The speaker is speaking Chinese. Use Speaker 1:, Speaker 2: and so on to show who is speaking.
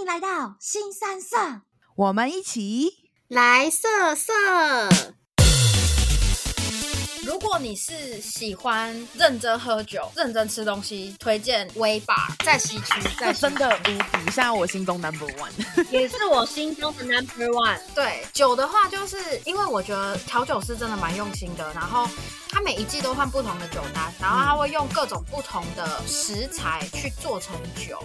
Speaker 1: 迎来到新三色，
Speaker 2: 我们一起
Speaker 3: 来色色。
Speaker 4: 如果你是喜欢认真喝酒、认真吃东西，推荐威霸在西区，在
Speaker 2: 这
Speaker 4: 西
Speaker 2: 真的无敌，现在我心中 number one。
Speaker 3: 也是我心中的 number one。
Speaker 4: 对酒的话，就是因为我觉得调酒师真的蛮用心的，然后他每一季都换不同的酒单，然后他会用各种不同的食材去做成酒，